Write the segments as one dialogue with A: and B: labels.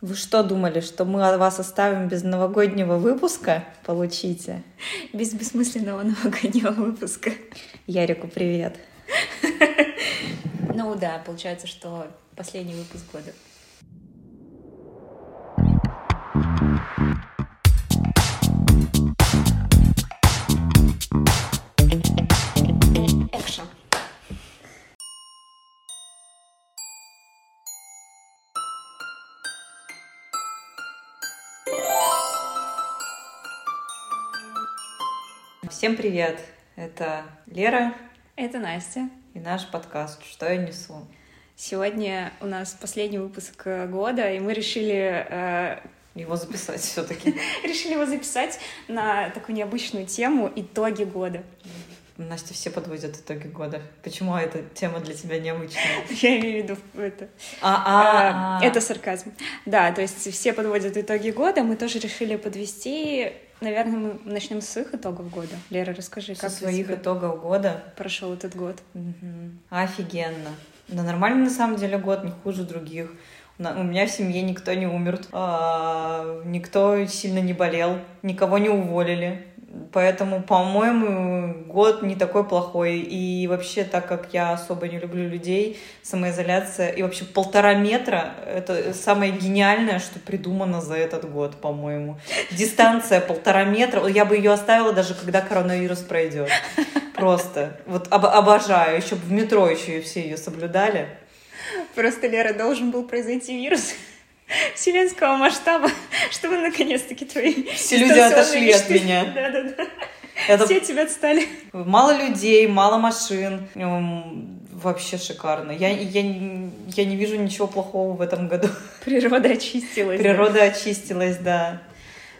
A: Вы что думали, что мы от вас оставим без новогоднего выпуска? Получите.
B: Без бессмысленного новогоднего выпуска.
A: Ярику привет.
B: Ну да, получается, что последний выпуск года. Экшен.
A: Всем привет. Это Лера
B: Это Настя.
A: и наш подкаст «Что я несу?».
B: Сегодня у нас последний выпуск э, года, и мы решили, э,
A: Его записать все таки
B: решили его записать на такую необычную тему «Итоги года».
A: Настя, все подводят итоги года. Почему эта тема для тебя необычная?
B: Я имею в виду э, это.
A: А, а,
B: А,
A: а.
B: Это сарказм. Да, то есть все подводят итоги года, мы тоже решили подвести. Наверное, мы начнем с их итогов года. Лера, расскажи,
A: со
B: как
A: своих итогов года.
B: прошел этот год.
A: Мгм. Офигенно. Да нормально на самом деле год, не хуже других. У на- у меня в семье никто не умер, а, никто сильно не болел, никого не уволили. Поэтому, по-моему, год не такой плохой. И вообще, так как я особо не люблю людей, самоизоляция и вообще полтора метра — это самое гениальное, что придумано за этот год, по-моему. Дистанция полтора метра. Я бы ее оставила даже, когда коронавирус пройдет. Просто. Вот об- обожаю. Еще в метро еще и все ее соблюдали.
B: Просто, Лера, должен был произойти вирус вселенского масштаба, чтобы наконец-таки твои...
A: Все люди отошли от меня.
B: Да-да-да.
A: Это
B: Все тебя отстали.
A: мало людей, мало машин. Эм, Вообще шикарно. Я, я, не- я не вижу ничего плохого в этом году.
B: Природа очистилась.
A: Природа очистилась, да.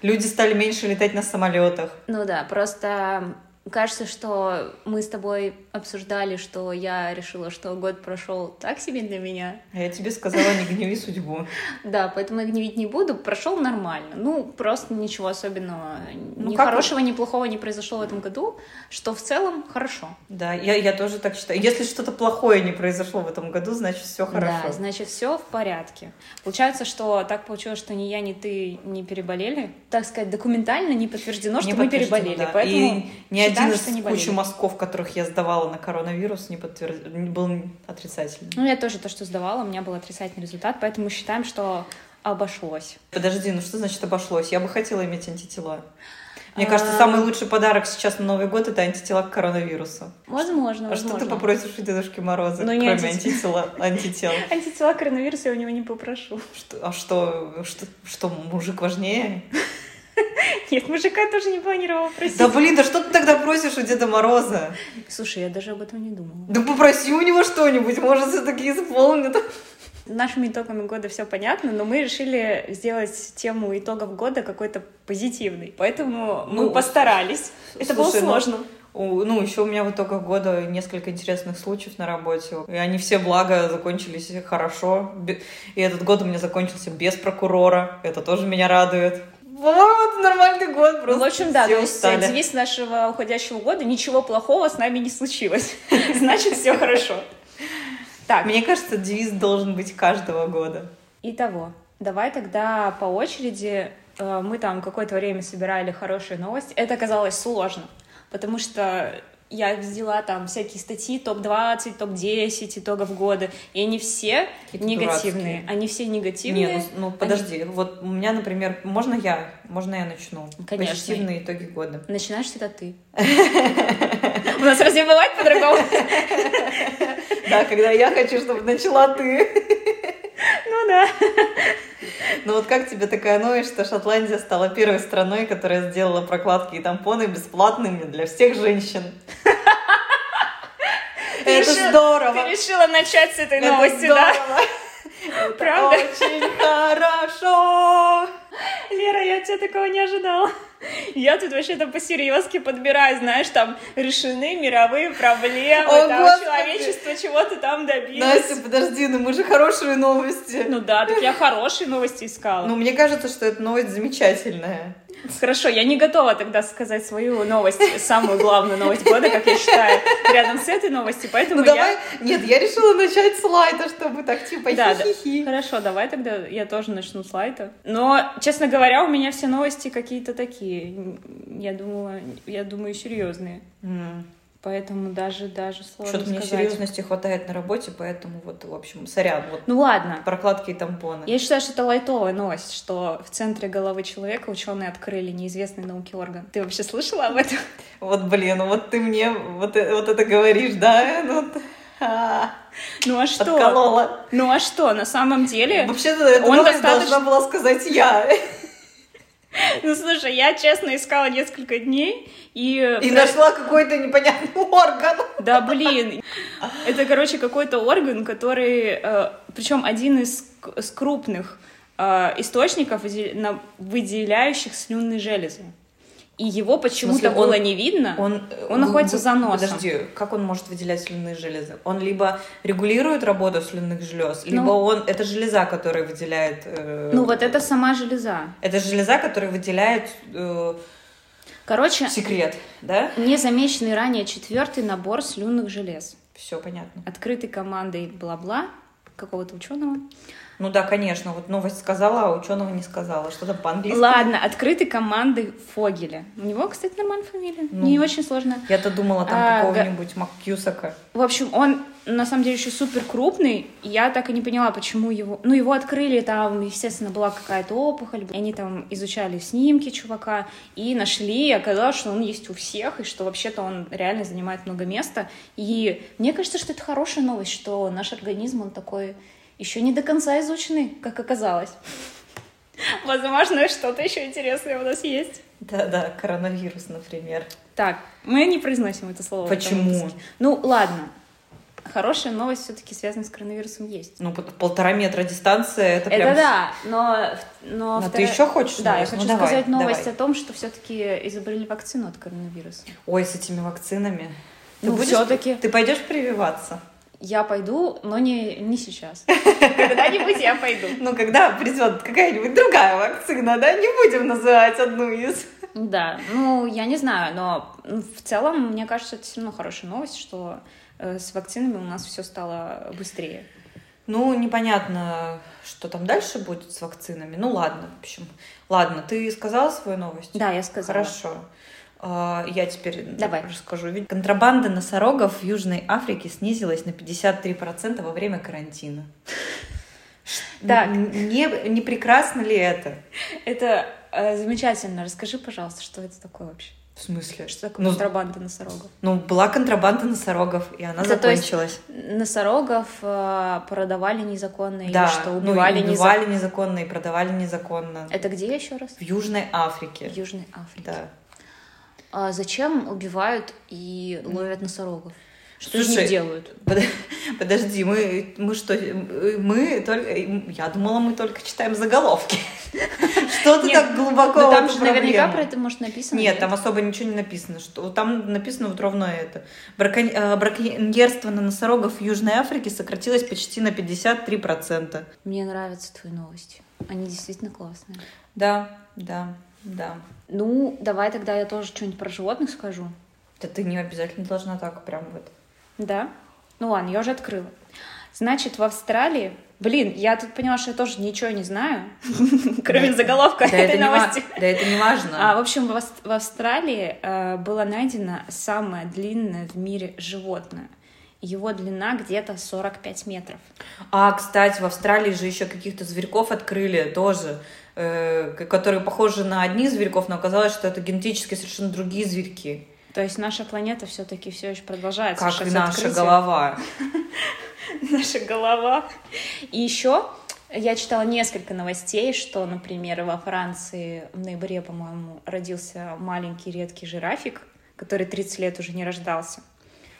A: Люди стали меньше летать на самолетах.
B: Ну да, просто кажется, что мы с тобой обсуждали, что я решила, что год прошел так себе для меня,
A: А я тебе сказала, не гневи судьбу.
B: Да, поэтому я гневить не буду. Прошел нормально. Ну, просто ничего особенного,
A: Ну,
B: ни
A: как-
B: хорошего, ни плохого не произошло в этом году, что в целом хорошо.
A: Да, я, я тоже так считаю. Если что-то плохое не произошло в этом году, значит все
B: Да,
A: Ну, хорошо.
B: значит, все в порядке. Получается, что так получилось, что ни я, ни ты не переболели. Так сказать, документально не подтверждено, что
A: Не
B: мы
A: подтверждено,
B: переболели.
A: да.
B: Поэтому
A: И ни
B: считаем,
A: один из
B: что не
A: кучи
B: болели.
A: мазков, которых я сдавала на коронавирус, не подтвер- не был отрицательным.
B: Ну, я тоже то, что сдавала, у меня был отрицательный результат, поэтому считаем, что обошлось.
A: Подожди, ну что значит обошлось? Я бы хотела иметь антитела. Мне
B: А.
A: кажется, самый лучший подарок сейчас на Новый год это антитела к коронавирусу.
B: Возможно,
A: А что ты
B: Ну, возможно.
A: попросишь у Дедушки Мороза,
B: Ну, не
A: кроме
B: антител.
A: антитела, антител?
B: Антитела коронавируса я у него не попрошу.
A: Что- А что, что, что, мужик важнее?
B: Нет, мужика я тоже не планировала просить.
A: Да блин, да что ты тогда просишь у Деда Мороза?
B: Слушай, я даже об этом не думала.
A: Да попроси у него что-нибудь, может, все-таки исполнит.
B: Нашими итогами года все понятно, но мы решили сделать тему итогов года какой-то позитивной. Поэтому мы
A: Ну,
B: постарались. Это было
A: слушай, ну,
B: сложно.
A: У- ну, еще у меня в итогах года несколько интересных случаев на работе. И они все, благо, закончились хорошо. Бе- И этот год у меня закончился без прокурора. Это тоже меня радует. Вот, нормальный год.
B: Ну,
A: Просто
B: в общем, да,
A: все
B: то есть э,
A: устали.
B: девиз нашего уходящего года «Ничего плохого с нами не случилось». Значит, все хорошо. Так,
A: Мне кажется, девиз должен быть каждого года.
B: итого, давай тогда по очереди. Э, Мы там какое-то время собирали хорошие новости. Это оказалось сложно, потому что я взяла там всякие статьи топ-20, топ-10 итогов года, и они все
A: Какие-то
B: негативные.
A: дурацкие.
B: Они все негативные.
A: Не, ну, с- ну, подожди, вот у меня, например, можно я? Можно я начну?
B: Конечно.
A: Позитивные итоги года.
B: Начинаешь всегда ты. У нас разве бывает по-другому?
A: Да, когда я хочу, чтобы начала ты.
B: Ну да.
A: Ну вот как тебе такая новость, что Шотландия стала первой страной, которая сделала прокладки и тампоны бесплатными для всех женщин?
B: Ты
A: Это
B: решила-
A: здорово!
B: Ты решила начать с этой
A: Это
B: новости, да?
A: здорово! Это
B: Правда?
A: Очень хорошо!
B: Лера, я от тебя такого не ожидала. Я тут вообще-то по-серьезки подбираю, знаешь, там решены мировые проблемы,
A: О,
B: там
A: Господи!
B: человечество чего-то там добилось.
A: Настя, подожди, ну мы же хорошие новости.
B: Ну да, так я хорошие новости искала.
A: Ну, мне кажется, что эта новость замечательная.
B: Хорошо, я не готова тогда сказать свою новость, самую главную новость года, как я считаю, рядом с этой новостью, поэтому
A: Ну,
B: я...
A: давай... Нет, я решила начать с лайта, чтобы так типа
B: Да, да.
A: хи-хи-хи.
B: Хорошо, давай тогда я тоже начну с лайта. Но, честно говоря, у меня все новости какие-то такие. м, Я думала, я думаю, серьезные.
A: М.
B: Поэтому даже даже сложно
A: Что-то мне
B: сказать.
A: серьезности хватает на работе, поэтому вот, в общем, сорян, вот
B: Ну ладно.
A: прокладки и тампоны.
B: Я считаю, что это лайтовая новость, что в центре головы человека ученые открыли неизвестный науке орган. Ты вообще слышала об этом?
A: Вот, блин, вот ты мне вот, э- вот это говоришь, да? Ну, т- а,
B: Ну а что?
A: Подколола.
B: Ну а что? На самом деле...
A: Вообще-то эту
B: Он
A: новость
B: достаточно-
A: должна была сказать я.
B: Ну слушай, я честно искала несколько дней и...
A: И нашла какой-то непонятный орган.
B: Да блин. Это, короче, какой-то орган, который... Причем один из к- из крупных э, источников, выде- на- выделяющих слюнные железы. И его почему-то
A: смысле, он-
B: было не видно.
A: Он,
B: Он находится
A: вы-
B: за носом.
A: Э, Подожди, как он может выделять слюнные железы? Он либо регулирует работу слюнных желез,
B: Ну.
A: либо он это железа, которая выделяет. э,
B: Ну вот это сама железа.
A: Это железа, которая выделяет э,
B: Короче,
A: секрет, да?
B: незамеченный ранее четвертый набор слюнных желез,
A: Все понятно.
B: открытый командой бла-бла какого-то ученого.
A: Ну да, конечно. Вот новость сказала, а ученого не сказала. Что-то по-английски.
B: Ладно, открытый командой Фогеля. У него, кстати, нормальная фамилия,
A: Ну.
B: не очень сложная.
A: Я-то думала там
B: А, га-
A: какого-нибудь Маккьюсака.
B: В общем, он на самом деле еще супер крупный. и Я так и не поняла, почему его. Ну, его открыли, там, естественно, была какая-то опухоль. И они там изучали снимки чувака и нашли. И оказалось, что он есть у всех, и что вообще-то он реально занимает много места. И мне кажется, что это хорошая новость, что наш организм, он такой еще не до конца изученный, как оказалось. Возможно, что-то еще интересное у нас есть.
A: Да-да, коронавирус, например.
B: Так, мы не произносим это слово. в этом
A: Почему?
B: выпуске. Ну, ладно. Хорошая новость все-таки связана с коронавирусом есть.
A: Ну, пол- полтора метра дистанция, это,
B: Это,
A: прям...
B: да, но... в- но
A: Но ты
B: вторая-
A: еще хочешь
B: Да,
A: новость?
B: я
A: Ну,
B: хочу
A: давай,
B: сказать новость
A: давай.
B: о том, что все-таки изобрели вакцину от коронавируса.
A: Ой, с этими вакцинами.
B: Ну,
A: будешь-
B: всё-таки.
A: Ты пойдешь прививаться?
B: Я пойду, но не, не сейчас. Когда-нибудь я пойду.
A: Ну, когда придет какая-нибудь другая вакцина, да? Не будем называть одну из.
B: Да, ну, я не знаю, но ну, в целом, мне кажется, это все равно хорошая новость, что э, с вакцинами у нас все стало быстрее.
A: Ну, непонятно, что там дальше будет с вакцинами. Ну, ладно, в общем. Ладно, ты сказала свою новость?
B: Да, я сказала.
A: Хорошо. А, Я теперь
B: Давай.
A: расскажу. Ведь Контрабанда носорогов в Южной Африке снизилась на 53% во время карантина.
B: Так.
A: Н- Не, не прекрасно ли это?
B: Это э, замечательно. Расскажи, пожалуйста, что это такое вообще?
A: В смысле?
B: Что такое
A: Ну,
B: контрабанда носорогов?
A: ну, была контрабанда носорогов, и она
B: Это то есть
A: закончилась.
B: Носорогов э, продавали незаконно или
A: да,
B: что
A: ну, и
B: убивали, незаконно.
A: убивали незаконно и продавали незаконно.
B: Это где еще раз?
A: В Южной Африке.
B: В Южной Африке.
A: Да.
B: А зачем убивают и ловят носорогов? Что же
A: Слушай,
B: них делают?
A: Под- Подожди, мы, мы что, мы только, я думала, мы только читаем заголовки. Что ты
B: Нет,
A: так глубоко
B: Ну,
A: в
B: там
A: эту
B: же наверняка
A: проблему?
B: про это может написано.
A: Нет, там особо ничего не написано. Что, вот там написано вот ровно это. Браконь- э, Браконьерство на носорогов в Южной Африке сократилось почти на 53%.
B: Мне нравятся твои новости. Они действительно классные.
A: Да, да, да.
B: Ну, давай тогда я тоже что-нибудь про животных скажу.
A: Да ты не обязательно должна так прям вот.
B: Да? Ну ладно, я уже открыла. Значит, в Австралии... Блин, я тут поняла, что я тоже ничего не знаю, кроме
A: Да.
B: заголовка
A: Да,
B: этой
A: это не ва-
B: новости.
A: да это не
B: А, в
A: важно.
B: общем, в, Ас- в Австралии э, было найдено самое длинное в мире животное. Его длина где-то 45 метров.
A: А, кстати, в Австралии же еще каких-то зверьков открыли тоже, э, к- которые похожи на одних зверьков, но оказалось, что это генетически совершенно другие зверьки,
B: То есть наша планета все-таки все еще продолжает
A: как и
B: совершать
A: наша
B: открытия.
A: голова.
B: наша голова. И еще я читала несколько новостей, что, например, во Франции в ноябре, по-моему, родился маленький редкий жирафик, который 30 лет уже не рождался.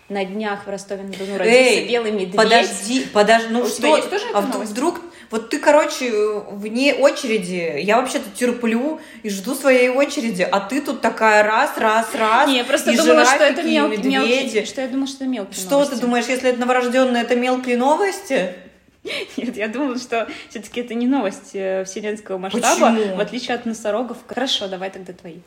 B: На днях в Ростове-на-Дону родился
A: Эй,
B: белый медведь.
A: Подожди, подожди, ну
B: У тебя
A: что,
B: есть тоже
A: а
B: эта
A: вдруг,
B: новость?
A: вдруг Вот ты, короче, вне очереди. Я вообще-то терплю и жду своей очереди, а ты тут такая раз, раз, раз.
B: Не, я просто
A: и
B: думала, что
A: жирафики,
B: это
A: и
B: мелкие, мелкие.
A: медведи.
B: Что я думала, что это мелкие
A: Что
B: новости.
A: ты думаешь, если это новорожденные, это мелкие новости?
B: Нет, я думала, что все-таки это не новость э, вселенского масштаба,
A: Почему?
B: в отличие от носорогов. Хорошо, давай тогда твои.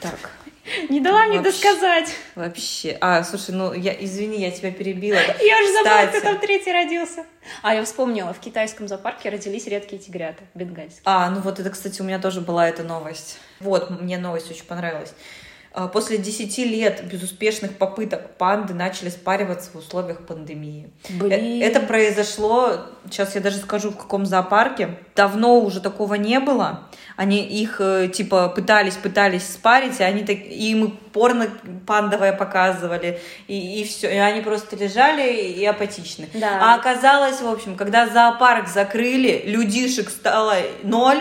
A: Так,
B: Не дала мне
A: Вообще.
B: досказать.
A: вообще. А, слушай, ну я извини, я тебя перебила.
B: Я уже забыла,
A: Кстати.
B: кто там третий родился. А я вспомнила, в китайском зоопарке родились редкие тигрята бенгальские.
A: А, ну вот это, кстати, у меня тоже была эта новость. Вот, мне новость очень понравилась. А, После 10 лет безуспешных попыток панды начали спариваться в условиях пандемии. Э,
B: Блин.
A: Это произошло, сейчас я даже скажу, в каком зоопарке. Давно уже такого не было. Они их, э, типа, пытались, пытались спарить, и они так, и им и порно пандовое показывали, и, и все. И они просто лежали и апатичны. А
B: Да.
A: оказалось, в общем, когда зоопарк закрыли, людишек стало ноль,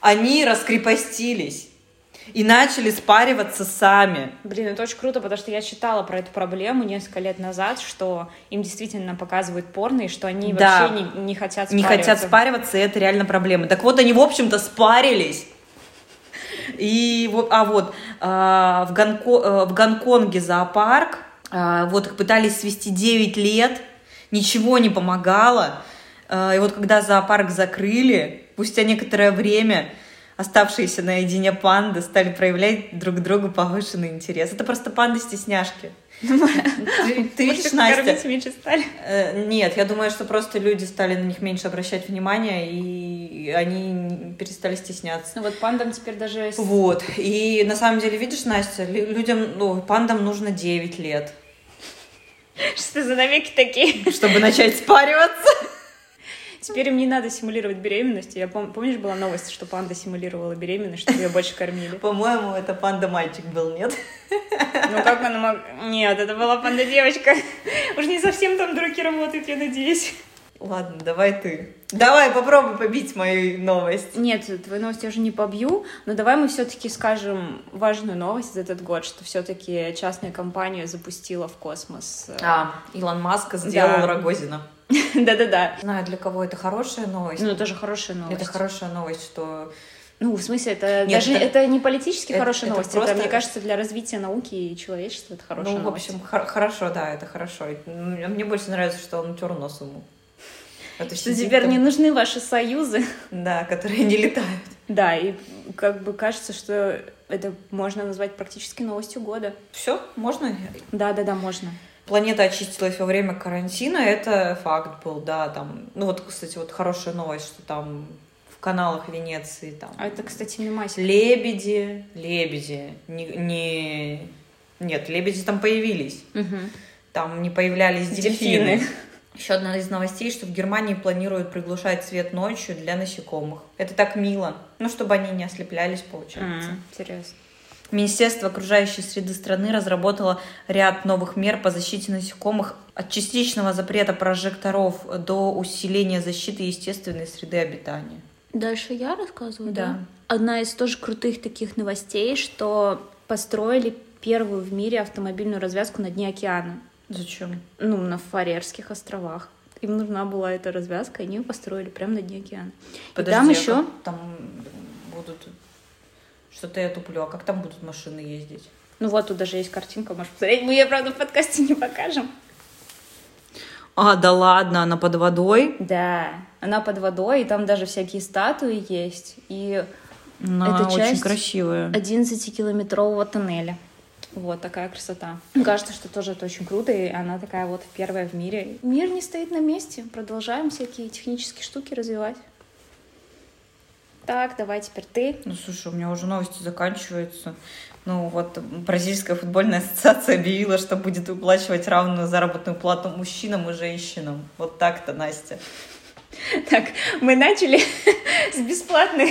A: они раскрепостились и начали спариваться сами.
B: Блин, это очень круто, потому что я читала про эту проблему несколько лет назад, что им действительно показывают порно, и что они
A: Да.
B: вообще не, не хотят
A: Не хотят
B: спариваться.
A: спариваться, и это реально проблема. Так вот, они, в общем-то, спарились. И вот, а вот а, в, Гонко- э, в Гонконге зоопарк, а, вот их пытались свести 9 лет, ничего не помогало. А, И вот когда зоопарк закрыли, спустя некоторое время оставшиеся наедине панды стали проявлять друг к другу повышенный интерес. Это просто панды-стесняшки. Ты- Ты видишь,
B: Больше
A: Настя,
B: кормить меньше стали.
A: Э, Нет, я думаю, что просто люди стали на них меньше обращать внимания, и они перестали стесняться.
B: Ну вот пандам теперь даже... с-
A: Вот. И на самом деле, видишь, Настя, лю- людям, ну, пандам нужно 9 лет,
B: Что за навеки такие?
A: чтобы начать спариваться.
B: Теперь им не надо симулировать беременность. Я пом- Помнишь, была новость, что панда симулировала беременность, чтобы ее больше кормили?
A: По-моему, это панда-мальчик был, нет?
B: Ну как она могла... Нет, это была панда-девочка. Уж не совсем там дураки работают, я надеюсь.
A: Ладно, давай ты. Давай, попробуй побить мою новость.
B: Нет, твою новость я уже не побью, но давай мы все-таки скажем важную новость за этот год, что все-таки частная компания запустила в космос. э,
A: А, Илон Маск сделал
B: Да.
A: Рогозина.
B: Да-да-да.
A: Не знаю, для кого это хорошая новость.
B: Ну, это же хорошая новость.
A: Это хорошая новость, что
B: Ну, в смысле, это
A: Нет,
B: даже
A: это-
B: это не политически
A: это-
B: хорошая
A: это
B: новость,
A: просто-
B: это, мне кажется, для развития науки и человечества это хорошая
A: ну, в
B: новость.
A: общем, хор- хорошо, да, это хорошо. Мне мне больше нравится, что он тер нос ему. А то
B: Что
A: сидит
B: теперь
A: там,
B: не нужны ваши союзы.
A: Да, которые не летают.
B: Да, и как бы кажется, что это можно назвать практически новостью года.
A: Все, можно?
B: Да-да-да, можно.
A: Планета очистилась во время карантина, это факт был, да, там. Ну вот, кстати, вот хорошая новость, что там в каналах Венеции там
B: А это, кстати, мемасик.
A: лебеди, лебеди, не, не- нет, лебеди там появились,
B: Мгм.
A: там не появлялись
B: Дельфины.
A: дельфины. Еще одна из новостей, что в Германии планируют приглушать свет ночью для насекомых. Это так мило. Ну, чтобы они не ослеплялись, получается.
B: М, Интересно.
A: Министерство окружающей среды страны разработало ряд новых мер по защите насекомых от частичного запрета прожекторов до усиления защиты естественной среды обитания.
B: Дальше я рассказываю, да.
A: Да.
B: Одна из тоже крутых таких новостей, что построили первую в мире автомобильную развязку на дне океана.
A: Зачем?
B: Ну, на Фарерских островах. Им нужна была эта развязка, и они ее построили прямо на дне океана.
A: Подожди,
B: там
A: а
B: еще-
A: как Там будут... Что-то я туплю. А как там будут машины ездить?
B: Ну вот, тут даже есть картинка, можешь посмотреть. Мы ее, правда, в подкасте не покажем.
A: А, да ладно, она под водой.
B: Да, она под водой, и там даже всякие статуи есть. И
A: Она
B: Это часть-
A: красивая.
B: 11-километрового тоннеля. Вот такая красота. Кажется, что тоже это очень круто, и она такая вот первая в мире. Мир не стоит на месте, продолжаем всякие технические штуки развивать. Так, давай теперь ты.
A: Ну, слушай, у меня уже новости заканчиваются. Ну, вот Бразильская футбольная ассоциация объявила, что будет выплачивать равную заработную плату мужчинам и женщинам. Вот так-то, Настя.
B: Так, мы начали с бесплатных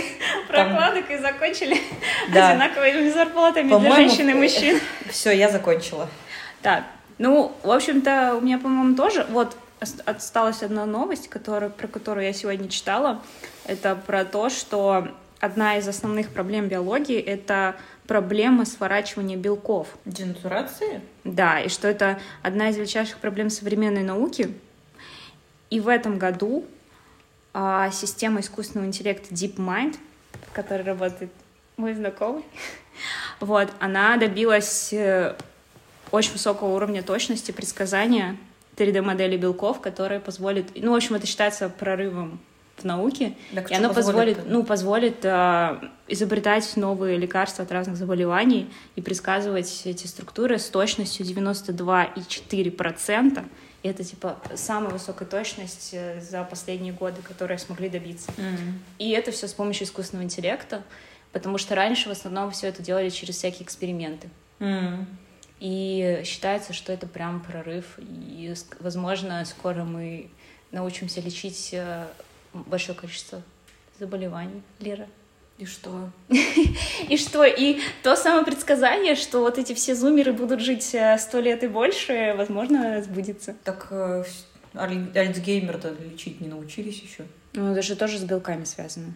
A: Там-
B: прокладок и закончили
A: Да.
B: одинаковыми зарплатами для
A: По-моему,
B: женщин и мужчин.
A: Все, я закончила.
B: Так, ну, в общем-то, у меня, по-моему, тоже... Вот ост- осталась одна новость, которая, про которую я сегодня читала. Это про то, что одна из основных проблем биологии — это проблема сворачивания белков.
A: Денатурации?
B: Да, и что это одна из величайших проблем современной науки. И в этом году а, а, система искусственного интеллекта DeepMind, в которой работает мой знакомый. Вот, она добилась э, очень высокого уровня точности предсказания 3D-модели белков, которые позволит... Ну, в общем, это считается прорывом в науке.
A: Так
B: и
A: что
B: оно позволит,
A: позволит-то?
B: ну, позволит э, изобретать новые лекарства от разных заболеваний и предсказывать эти структуры с точностью 92,4%. И это, типа, самая высокая точность э, за последние годы, которые смогли добиться.
A: М.
B: И это все с помощью искусственного интеллекта, потому что раньше в основном все это делали через всякие эксперименты.
A: М.
B: И считается, что это прям прорыв. И, ск- возможно, скоро мы научимся лечить э, большое количество заболеваний, Лера.
A: И что?
B: И что? И то самое предсказание, что вот эти все зумеры будут жить э, сто лет и больше, возможно, сбудется.
A: Так э, вс- аль- Альцгеймер-то лечить не научились еще.
B: Ну, это же тоже с белками связано.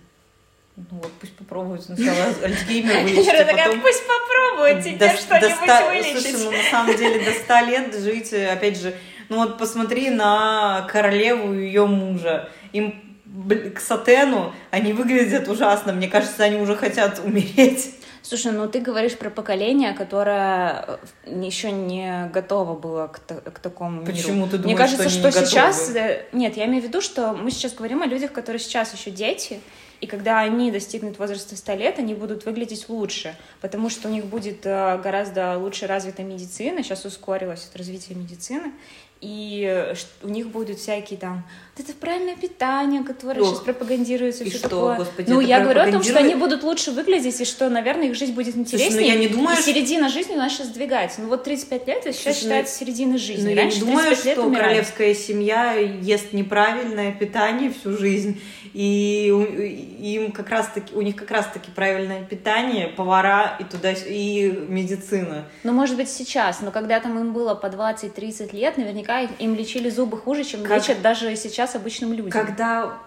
A: Ну вот, пусть попробуют сначала Альцгеймер вылечить,
B: Лера
A: а
B: такая,
A: потом...
B: пусть попробует
A: до-
B: тебя
A: до ста- Слушай,
B: что-нибудь
A: ну
B: вылечить.
A: на самом деле до ста лет жить, э, опять же, ну вот посмотри на королеву и ее мужа. Им бл- к сатену они выглядят ужасно. Мне кажется, они уже хотят умереть.
B: Слушай, ну ты говоришь про поколение, которое еще не готово было к, та- к такому миру.
A: Почему ты думаешь,
B: Мне кажется,
A: что, они
B: что,
A: не
B: сейчас...
A: готовы?
B: э, Нет, я имею в виду, что мы сейчас говорим о людях, которые сейчас еще дети, и когда они достигнут возраста 100 лет, они будут выглядеть лучше, потому что у них будет э, гораздо лучше развита медицина, сейчас ускорилось это развитие медицины, и э, ш- у них будут всякие там, «Да это правильное питание, которое
A: Ох,
B: сейчас пропагандируется,
A: Ну, и
B: всё
A: что,
B: такое».
A: господи,
B: ну,
A: это
B: я говорю о том, что они
A: пропагандирует-
B: будут лучше выглядеть, и что, наверное, их жизнь будет
A: Слушай,
B: интереснее.
A: ну я не думаю,
B: И
A: что...
B: середина жизни у нас сейчас сдвигается. Ну вот 35 лет это сейчас
A: Слушай, ну,
B: считается серединой жизни.
A: Ну, я не
B: Раньше
A: думаю,
B: 35 лет
A: что
B: умирали.
A: королевская семья ест неправильное питание всю жизнь, и у- и им как раз таки у них как раз таки правильное питание, повара и туда и медицина.
B: Ну, может быть, сейчас, но когда там им было по 20-30 лет, наверняка их- им лечили зубы хуже, чем
A: Как-
B: лечат даже сейчас обычным людям.
A: Когда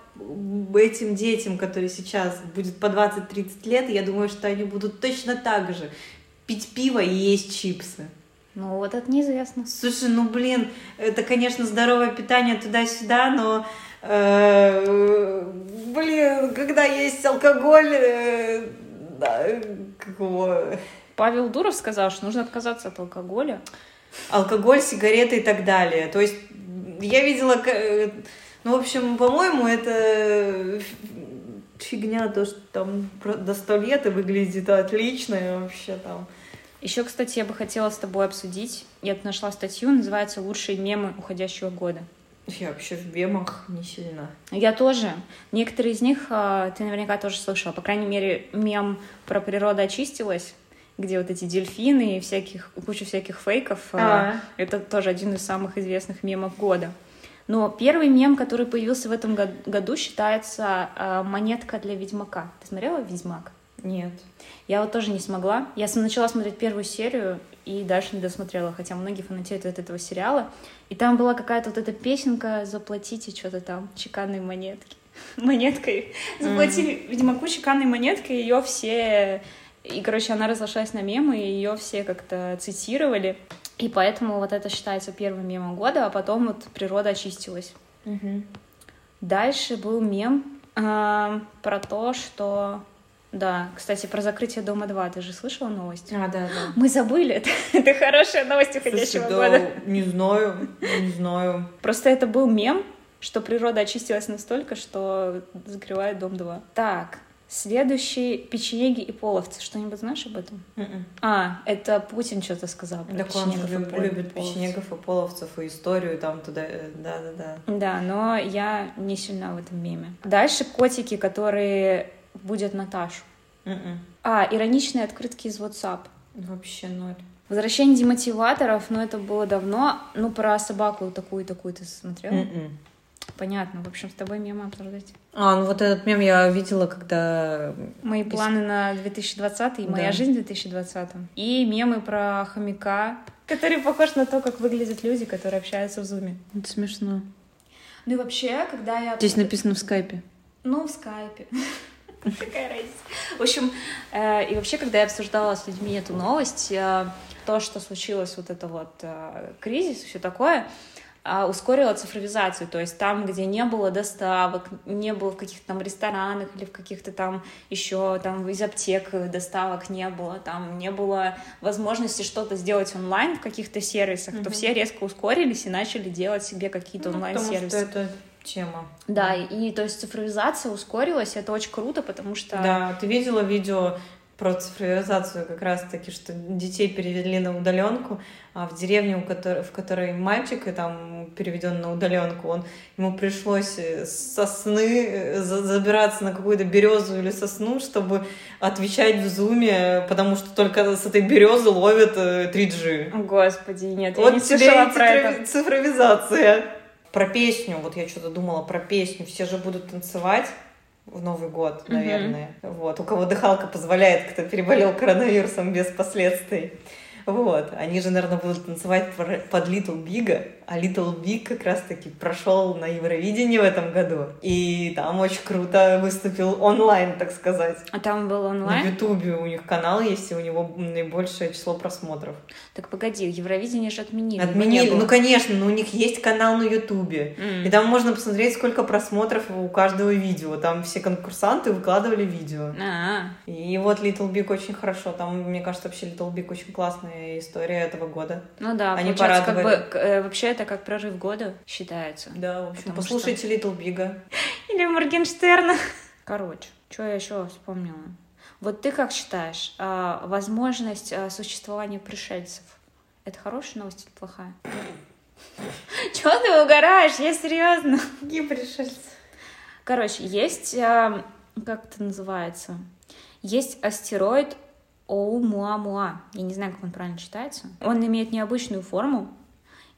A: этим детям, которые сейчас будет по 20-30 лет, я думаю, что они будут точно так же пить пиво и есть чипсы.
B: Ну, вот это неизвестно.
A: Слушай, ну блин, это, конечно, здоровое питание туда-сюда, но э, блин, когда есть алкоголь, э, да, как его,
B: Павел Дуров сказал, что нужно отказаться от алкоголя.
A: алкоголь, сигареты и так далее. То есть я видела, к- э, ну, в общем, по-моему, это ф- фигня, то, что там про- до 100 лет и выглядит отлично и вообще там.
B: Еще, кстати, я бы хотела с тобой обсудить. Я тут нашла статью, называется «Лучшие мемы уходящего года».
A: Я вообще в бемах не сильно.
B: Я тоже. Некоторые из них а, ты наверняка тоже слышала. По крайней мере, мем про природа очистилась, где вот эти дельфины и всяких, куча всяких фейков. а, Это тоже один из самых известных мемов года. Но первый мем, который появился в этом год- году, считается а, монетка для ведьмака. Ты смотрела «Ведьмак»?
A: Нет.
B: Я вот тоже не смогла. Я с- начала смотреть первую серию и дальше не досмотрела, хотя многие фанатеют от этого сериала. И там была какая-то вот эта песенка «Заплатите что-то там, чеканной монетки». Монеткой. Заплатили Ведьмаку чеканной монеткой, ее все... И, короче, она разошлась на мемы, и ее все как-то цитировали. И поэтому вот это считается первым мемом года, а потом вот природа очистилась. Дальше был мем а, про то, что... Да, кстати, про закрытие Дома 2. Ты же слышала новость?
A: А, да, да.
B: Мы забыли. Это, это хорошая новость
A: Слушай,
B: уходящего
A: да,
B: года.
A: не знаю, не знаю.
B: Просто это был мем, что природа очистилась настолько, что закрывает Дом 2. Так, следующий печенеги и половцы. Что-нибудь знаешь об этом?
A: Мгм.
B: А, это Путин что-то сказал про
A: Так он же
B: печенегов и
A: лю-
B: пол-
A: любит
B: половцев.
A: печенегов и половцев, и историю там туда, э, да-да-да.
B: Да, но я не сильна в этом меме. Дальше котики, которые будут Наташу.
A: Мгм.
B: А, ироничные открытки из WhatsApp.
A: Вообще ноль.
B: Возвращение демотиваторов, ну это было давно. Ну, про собаку такую и такую ты смотрела?
A: Мгм.
B: Понятно. В общем, с тобой мемы обсуждать.
A: А, ну вот этот мем я видела, когда...
B: Мои
A: Из-
B: планы на 2020 и моя
A: Да.
B: жизнь в 2020. И мемы про хомяка, который похож на то, как выглядят люди, которые общаются в зуме.
A: Это смешно.
B: Ну и вообще, когда я...
A: написано в скайпе.
B: Ну, в скайпе. Какая разница. В общем, э, и вообще, когда я обсуждала с людьми эту новость, э, то, что случилось, вот это вот э, кризис и все такое, а, ускорила цифровизацию, то есть там, где не было доставок, не было в каких-то там ресторанах или в каких-то там еще там из аптек доставок не было, там не было возможности что-то сделать онлайн в каких-то сервисах,
A: Мгм.
B: то все резко ускорились и начали делать себе какие-то
A: Ну, потому что
B: онлайн-сервисы.
A: это тема.
B: Да, и, и то есть цифровизация ускорилась, и это очень круто, потому что
A: Да, ты видела видео про цифровизацию как раз-таки, что детей перевели на удаленку, а в деревне, у которой- в которой мальчик и там переведен на удаленку, он ему пришлось э, с сосны э, за- забираться на какую-то березу или сосну, чтобы отвечать в зуме, э, потому что только с этой березы ловят э, 3G.
B: Господи, нет, я
A: Вот
B: не
A: тебе
B: слышала
A: и
B: про это.
A: цифрови- цифровизация. Про песню, вот я что-то думала про песню. Все же будут танцевать в Новый год,
B: Мгм.
A: наверное. Вот. У кого дыхалка позволяет, кто переболел коронавирусом без последствий. Вот. Они же, наверное, будут танцевать пр- под Little Бига. А Little Big как раз-таки прошел на Евровидении в этом году. И там очень круто выступил онлайн, так сказать.
B: А там был
A: На
B: онлайн?
A: Ютубе у них канал есть, и у него наибольшее число просмотров.
B: Так погоди, Евровидение же отменили. ну, его не
A: Отменили.
B: было.
A: Ну, конечно, но у них есть канал на Ютубе.
B: М.
A: И там можно посмотреть, сколько просмотров у каждого видео. Там все конкурсанты выкладывали видео.
B: А,
A: И вот Little Big очень хорошо. Там, мне кажется, вообще Little Big очень классная история этого года.
B: ну да,
A: Они
B: получается, как
A: порадовали.
B: бы к- э, вообще это как прорыв года считается.
A: Да, в общем,
B: Потому
A: послушайте Little Big.
B: Или Моргенштерна. Короче, что я еще вспомнила? Вот ты как считаешь, а, возможность а, существования пришельцев, это хорошая новость или плохая? Чего ты угораешь? Я серьезно.
A: Какие пришельцы?
B: Короче, есть, а, как это называется, есть астероид Оумуамуа. Я не знаю, как он правильно читается. Он имеет необычную форму,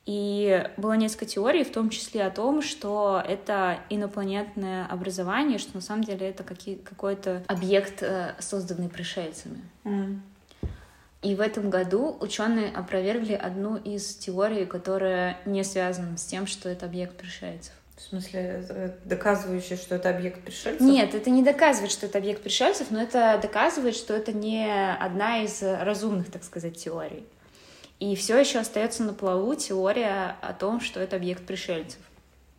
B: и было несколько теорий, в том числе о том, что это инопланетное образование, что на самом деле это какие- какой-то объект, э, созданный пришельцами. И в этом году ученые опровергли одну из теорий, которая не связана с тем, что это объект пришельцев.
A: В смысле, э, доказывающие, что это объект пришельцев?
B: Нет, это не доказывает, что это объект пришельцев, но это доказывает, что это не одна из э, разумных, так сказать, теорий. И все еще остается на плаву теория о том, что это объект пришельцев.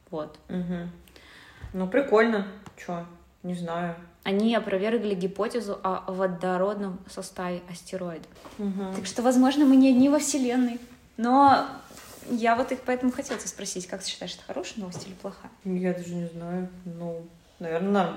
B: Вот.
A: Мгм. Ну, прикольно. Чё? Не знаю.
B: Они опровергли гипотезу о водородном составе астероида.
A: Мгм.
B: Так что, возможно, мы не одни во Вселенной. Но я вот их поэтому хотела тебя спросить, как ты считаешь, это хорошая новость или плохая?
A: Я даже не знаю. Ну, наверное,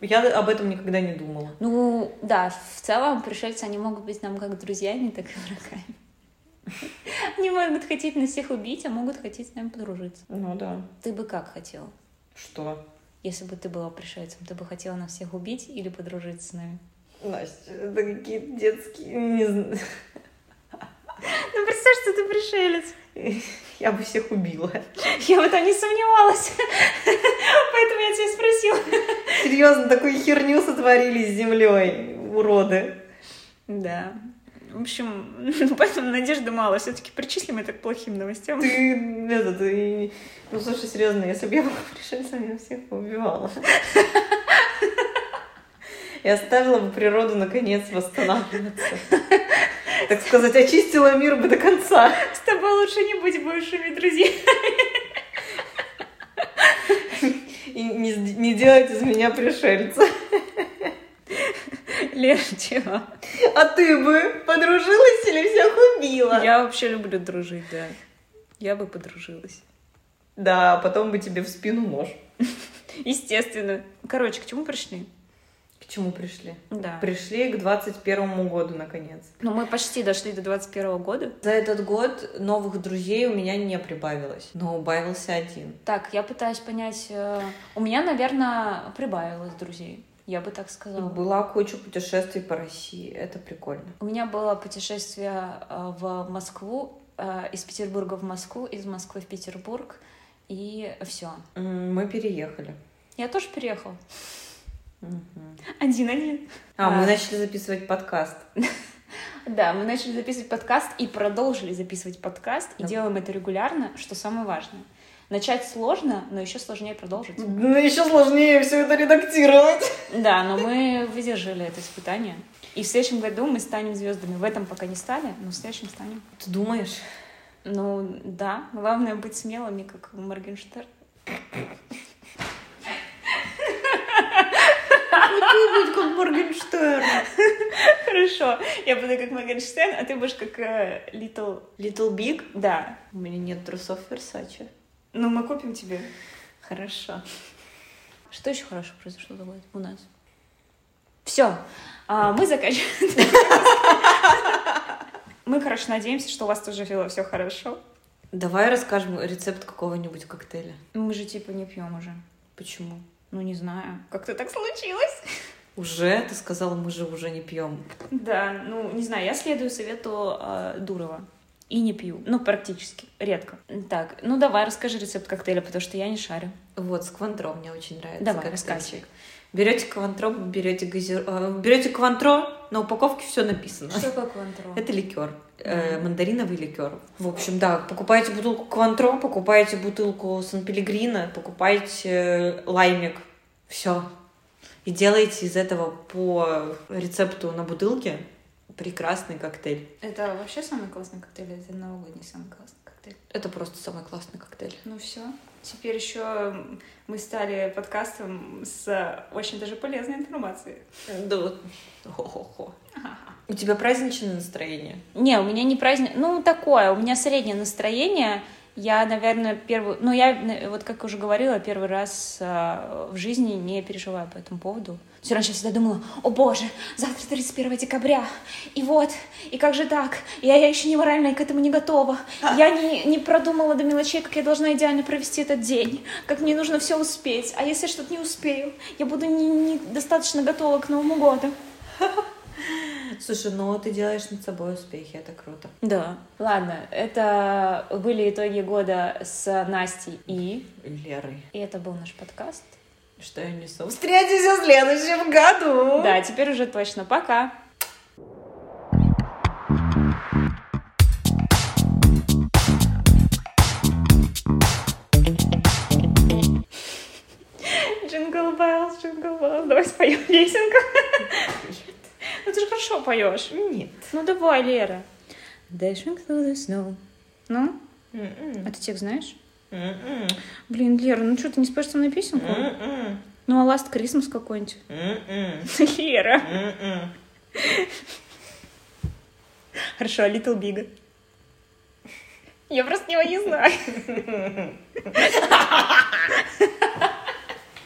A: я об этом никогда не думала.
B: Ну, да, в целом пришельцы, они могут быть нам как друзьями, так и врагами. Они могут хотеть нас всех убить, а могут хотеть с нами подружиться.
A: Ну да.
B: Ты бы как хотела?
A: Что?
B: Если бы ты была пришельцем, ты бы хотела нас всех убить или подружиться с нами?
A: Настя, это какие-то детские... не знаю.
B: Ну, представь, что ты пришелец.
A: Я бы всех убила.
B: Я в этом не сомневалась. Поэтому я тебя и спросила.
A: Серьезно, такую херню сотворили с землей, уроды.
B: Да. В общем, ну, поэтому надежды мало. Все-таки причислим это к плохим новостям.
A: Ты, это, ты... Ну, слушай, серьезно, если бы я была пришельцем, я всех убивала. И оставила бы природу, наконец, восстанавливаться. Так сказать, очистила мир бы до конца.
B: С тобой лучше не быть бывшими друзьями.
A: И не, сд- не делать из меня пришельца.
B: Лер, чего?
A: А ты бы подружилась или всех убила?
B: Я вообще люблю дружить, да. Я бы подружилась.
A: Да, потом бы тебе в спину нож.
B: Естественно. Короче, к чему пришли?
A: К чему пришли?
B: Да.
A: Пришли к 21 году, наконец.
B: Ну, мы почти дошли до 21 года.
A: За этот год новых друзей у меня не прибавилось, но убавился один.
B: Так, я пытаюсь понять... э, У меня, наверное, прибавилось друзей. Я бы так сказала.
A: Была куча путешествий по России, это прикольно.
B: У меня было путешествие э, в Москву, э, из Петербурга в Москву, из Москвы в Петербург, и все.
A: М, Мы переехали.
B: Я тоже переехал.
A: Мгм.
B: Один-один.
A: А, мы
B: А.
A: начали записывать подкаст.
B: Да, мы начали записывать подкаст и продолжили записывать подкаст, и
A: Да.
B: делаем это регулярно, что самое важное. Начать сложно, но еще сложнее продолжить.
A: Ну, еще сложнее все это редактировать.
B: Да, но мы выдержали это испытание. И в следующем году мы станем звездами. В этом пока не стали, но в следующем станем.
A: Ты думаешь?
B: Ну да, главное быть смелыми, как Моргенштерн.
A: Хочу быть как Моргенштерн.
B: Хорошо, я буду как Моргенштерн, а ты будешь как э, Little...
A: Little Big?
B: Да.
A: У меня нет трусов Версаче.
B: Ну мы купим тебе.
A: Хорошо. Что еще хорошо произошло за год у нас?
B: Все, А, мы заканчиваем. Мы, короче, надеемся, что у вас тоже было все хорошо.
A: Давай расскажем рецепт какого-нибудь коктейля.
B: Мы же типа не пьем уже.
A: Почему?
B: Ну не знаю, как-то так случилось.
A: Уже? Ты сказала, мы же уже не пьем.
B: Да, ну не знаю, я следую совету э, Дурова и не пью, ну практически, редко. Так, ну давай расскажи рецепт коктейля, потому что я не шарю.
A: Вот, с квантро мне очень нравится.
B: Давай,
A: коктейль.
B: рассказчик.
A: Берете квантро, берете газир... э, Берете квантро, на упаковке все написано.
B: такое квантро?
A: Это ликер, э, мандариновый ликер. В общем, да, покупаете бутылку Квантро, покупаете бутылку Сан-Пелегрино, покупаете э, лаймик. Все. И делаете из этого по рецепту на бутылке прекрасный коктейль.
B: Это вообще самый классный коктейль, или это новогодний самый классный коктейль.
A: Это просто самый классный коктейль.
B: Ну все. Теперь еще мы стали подкастом с очень даже полезной информацией.
A: Да вот. Хо-хо-хо. У тебя праздничное настроение?
B: Не, у меня не праздник. Ну, такое. У меня среднее настроение. Я, наверное, первый... Ну, я, на- вот как уже говорила, первый раз а, в жизни не переживаю по этому поводу. То есть раньше я всегда думала, о боже, завтра 31 декабря, и вот, и как же так? Я, я еще не морально к этому не готова. Я не, не продумала до мелочей, как я должна идеально провести этот день, как мне нужно все успеть. А если я что-то не успею, я буду недостаточно достаточно готова к Новому году.
A: Слушай, ну ты делаешь над собой успехи, это круто.
B: Да. Ладно, это были итоги года с Настей и...
A: Лерой,
B: И это был наш подкаст.
A: что я несу? Встретимся в следующем году!
B: Да, теперь уже точно. Пока! Джингл Беллс, Джингл Беллс. Давай споем песенку. Ну ты же хорошо поешь.
A: Нет.
B: Ну давай, Лера. Dashing through the snow. Ну, а ты текст знаешь?
A: 嗯 М-м.
B: Блин, Лера, ну что, ты не споешь со мной
A: 嗯
B: песенку?
A: М-м.
B: Ну, а Last Christmas какой-нибудь?
A: 嗯 М-м.
B: Лера.
A: М-м.
B: Хорошо, а Little Big? Я просто его не знаю.